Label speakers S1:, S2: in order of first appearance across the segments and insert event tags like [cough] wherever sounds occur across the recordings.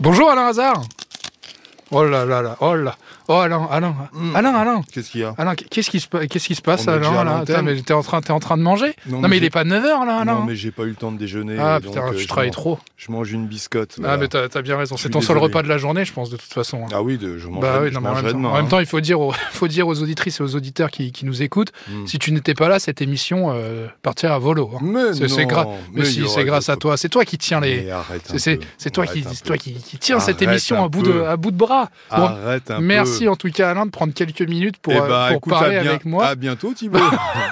S1: Bonjour Alain Hazard Oh là là là, oh là Oh Alain, Alain,
S2: Mm.
S1: Alain, Alain
S2: Qu'est-ce qu'il y a
S1: Alain, qu'est-ce qui se, pa- qu'est-ce qui se passe
S2: On est
S1: Alain,
S2: déjà à
S1: là
S2: l'antenne.
S1: Attends, mais T'es en, train- t'es en train de manger
S2: Non,
S1: Non,
S2: mais
S1: mais il
S2: j'ai-
S1: est pas 9h là Alain
S2: Non, mais j'ai pas eu le temps de déjeuner.
S1: Ah
S2: donc,
S1: putain,
S2: euh,
S1: tu
S2: je
S1: travailles
S2: mange-
S1: trop
S2: Je mange une biscotte.
S1: Ah
S2: voilà.
S1: mais t'as t'as bien raison,
S2: Je
S1: c'est
S2: suis
S1: ton seul
S2: désolé.
S1: repas de la journée je pense de toute façon. hein.
S2: Ah oui, de- je mangerai,
S1: Bah oui,
S2: je
S1: non, mais en
S2: mangerai
S1: même, temps,
S2: demain.
S1: en même
S2: hein.
S1: temps, il faut dire, aux, [laughs] faut dire aux auditrices et aux auditeurs qui, qui nous écoutent,
S2: Mm.
S1: si tu n'étais pas là, cette émission euh, partirait à volo. hein.
S2: Mais
S1: C'est- c'est
S2: non,
S1: gra- Mais,
S2: il y
S1: si,
S2: aura
S1: c'est grâce à
S2: d'autres-
S1: toi, c'est toi qui tiens les,
S2: Mais arrête
S1: C'est-
S2: un
S1: C'est
S2: peu.
S1: c'est toi, qui,
S2: Arrête un
S1: c'est toi
S2: peu.
S1: qui, qui tire cette
S2: Arrête
S1: émission
S2: un
S1: à bout, de,
S2: peu.
S1: à bout de bras. Bon,
S2: Arrête un
S1: merci
S2: peu.
S1: en tout cas Alain de prendre quelques minutes pour,
S2: Eh
S1: euh,
S2: bah,
S1: pour
S2: écoute,
S1: parler
S2: à bien-
S1: avec moi.
S2: À bientôt,
S1: [laughs]
S2: Thibaut.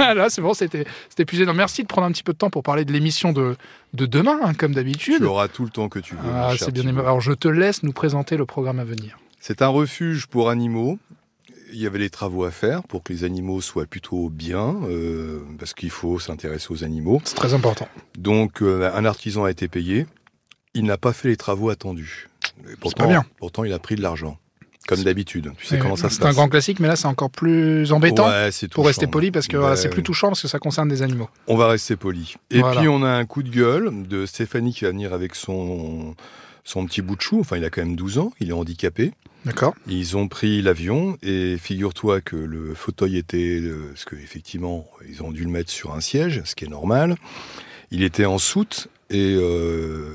S1: Là c'est bon, c'était c'était épuisé. Non, merci de prendre un petit peu de temps pour parler de l'émission de, de demain, hein, comme
S2: tu
S1: d'habitude.
S2: auras tout le temps que tu veux. mon
S1: Ah,
S2: cher
S1: c'est bien
S2: Thibaut.
S1: aimé. Alors je te laisse nous présenter le programme à venir.
S2: C'est un refuge pour animaux. Il y avait les travaux à faire pour que les animaux soient plutôt bien, euh, parce qu'il faut s'intéresser aux animaux.
S1: C'est très important.
S2: Donc, euh, un artisan a été payé. Il n'a pas fait les travaux attendus. Et Pourtant,
S1: bien.
S2: pourtant, il a pris de l'argent. Comme d'habitude. Tu sais
S1: Et
S2: comment ça se
S1: C'est un
S2: passe.
S1: grand classique, mais là c'est encore plus embêtant.
S2: Ouais, c'est
S1: Pour
S2: touchant.
S1: rester poli, parce que voilà,
S2: Ben
S1: c'est plus
S2: oui.
S1: touchant parce que ça concerne des animaux.
S2: On va rester poli. Et
S1: Voilà.
S2: puis, on a un coup de gueule de Stéphanie qui va venir avec son, son petit bout de chou. Enfin, il a quand même 12 ans. Il est handicapé.
S1: D'accord
S2: Ils ont pris l'avion et figure-toi que le fauteuil était, euh, parce qu'effectivement, ils ont dû le mettre sur un siège, ce qui est normal. Il était en soute et euh,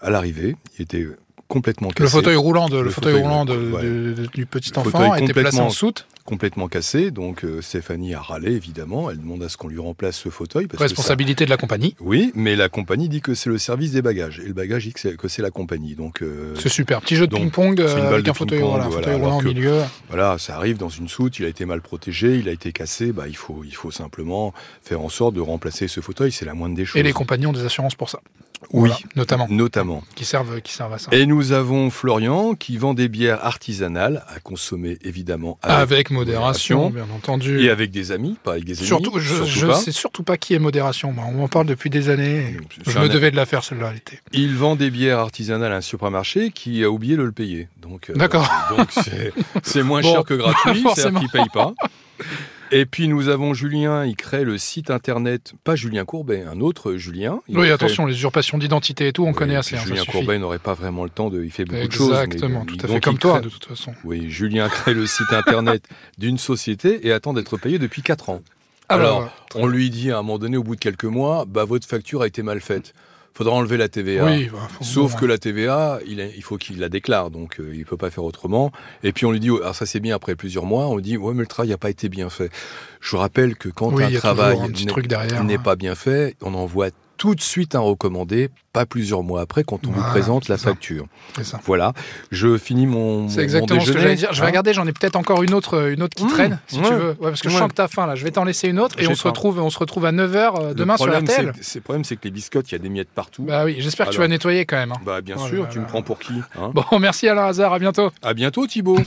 S2: à l'arrivée, il était complètement cassé.
S1: Le fauteuil roulant, de, le
S2: Le
S1: fauteuil
S2: fauteuil
S1: roulant de-
S2: roulant,
S1: de- de- du petit
S2: Le fauteuil
S1: enfant était placé
S2: complètement-
S1: en soute.
S2: Complètement cassé, donc euh, Stéphanie a râlé évidemment. Elle demande à ce qu'on lui remplace ce fauteuil. Parce que ça-
S1: Responsabilité de la compagnie.
S2: Oui, mais la compagnie dit que c'est le service des bagages et le bagage dit que c'est- que c'est la compagnie. Donc euh,
S1: C'est super. Petit jeu de
S2: donc,
S1: ping-pong euh,
S2: c'est une balle
S1: avec
S2: de
S1: un fauteuil,
S2: ping-pong,
S1: voilà, un
S2: voilà,
S1: fauteuil roulant
S2: alors
S1: au
S2: que-
S1: milieu.
S2: Voilà, ça arrive dans une soute, il a été mal protégé, il a été cassé, bah, il, faut, il faut simplement faire en sorte de remplacer ce fauteuil, c'est la moindre des choses.
S1: Et les compagnons des assurances pour ça.
S2: Oui,
S1: Voilà, notamment.
S2: notamment.
S1: Qui servent, qui servent à ça.
S2: Et euh, nous avons Florian qui vend des bières artisanales à consommer évidemment avec,
S1: avec modération, bien
S2: et
S1: entendu.
S2: avec des amis, pas avec des ennemis.
S1: Surtout, je je
S2: pas.
S1: sais surtout pas qui est modération. Moi, on m'en parle depuis des années.
S2: C'est
S1: Je
S2: un-
S1: me devais de la faire celle-là l'été.
S2: Il vend des bières artisanales à un supermarché qui a oublié de le payer. Donc, euh,
S1: D'accord.
S2: Donc c'est- c'est moins
S1: [laughs] Bon,
S2: cher que gratuit, c'est
S1: forcément.
S2: qu'il ne paye pas. Et puis nous avons Julien, il crée le site internet, pas Julien Courbet, un autre Julien. Il
S1: Oui,
S2: crée-
S1: attention, les usurpations d'identité et tout, on
S2: Oui,
S1: connaît
S2: et
S1: assez.
S2: puis
S1: hein, ça
S2: Julien
S1: suffit.
S2: Courbet n'aurait pas vraiment le temps de. Il fait beaucoup de choses. mais
S1: Exactement,
S2: bon,
S1: tout à
S2: donc
S1: fait.
S2: il
S1: Comme toi,
S2: crée-
S1: de toute façon.
S2: Oui, Julien crée le site internet d'une société et attend d'être payé depuis 4 ans. Alors, on lui dit à un moment donné, au bout de quelques mois, bah votre facture a été mal faite. Faudra enlever la TVA.
S1: oui, bah, faut-
S2: euh, Sauf
S1: bon,
S2: que la TVA, il, a- il faut qu'il la déclare, donc euh, il peut pas faire autrement. Et puis on lui dit, oh, alors ça c'est bien après plusieurs mois, on lui dit, ouais mais le travail n'a pas été bien fait. Je rappelle que quand
S1: oui, il
S2: un
S1: y a
S2: travail
S1: toujours un petit
S2: n'est-
S1: truc derrière.
S2: n'est
S1: hein.
S2: pas bien fait, on envoie tout de suite un recommandé, pas plusieurs mois après, quand on
S1: Voilà,
S2: vous présente la
S1: c'est ça.
S2: facture.
S1: C'est ça.
S2: Voilà, je finis mon,
S1: C'est
S2: mon
S1: exactement ce que
S2: déjeuner.
S1: j'allais dire. Je vais
S2: Hein
S1: regarder, j'en ai peut-être encore une autre, euh, une autre qui
S2: Mmh,
S1: traîne, si tu
S2: ouais.
S1: veux. Ouais, parce que je
S2: Ouais.
S1: sens que t'as faim là. Je vais t'en laisser une autre et
S2: J'ai
S1: on se
S2: faim.
S1: retrouve, on se retrouve à 9h
S2: Le
S1: demain sur
S2: problème,
S1: RTL.
S2: c'est- c'est- Le problème, c'est que les biscottes, il y a des miettes partout. Bah,
S1: Bah oui, j'espère que tu vas
S2: Alors.
S1: nettoyer quand même. hein.
S2: bien
S1: Oh là
S2: sûr,
S1: là
S2: tu
S1: là. [laughs]
S2: me prends pour qui hein
S1: Bon, merci Alain Hazard, à bientôt.
S2: À bientôt, Thibaut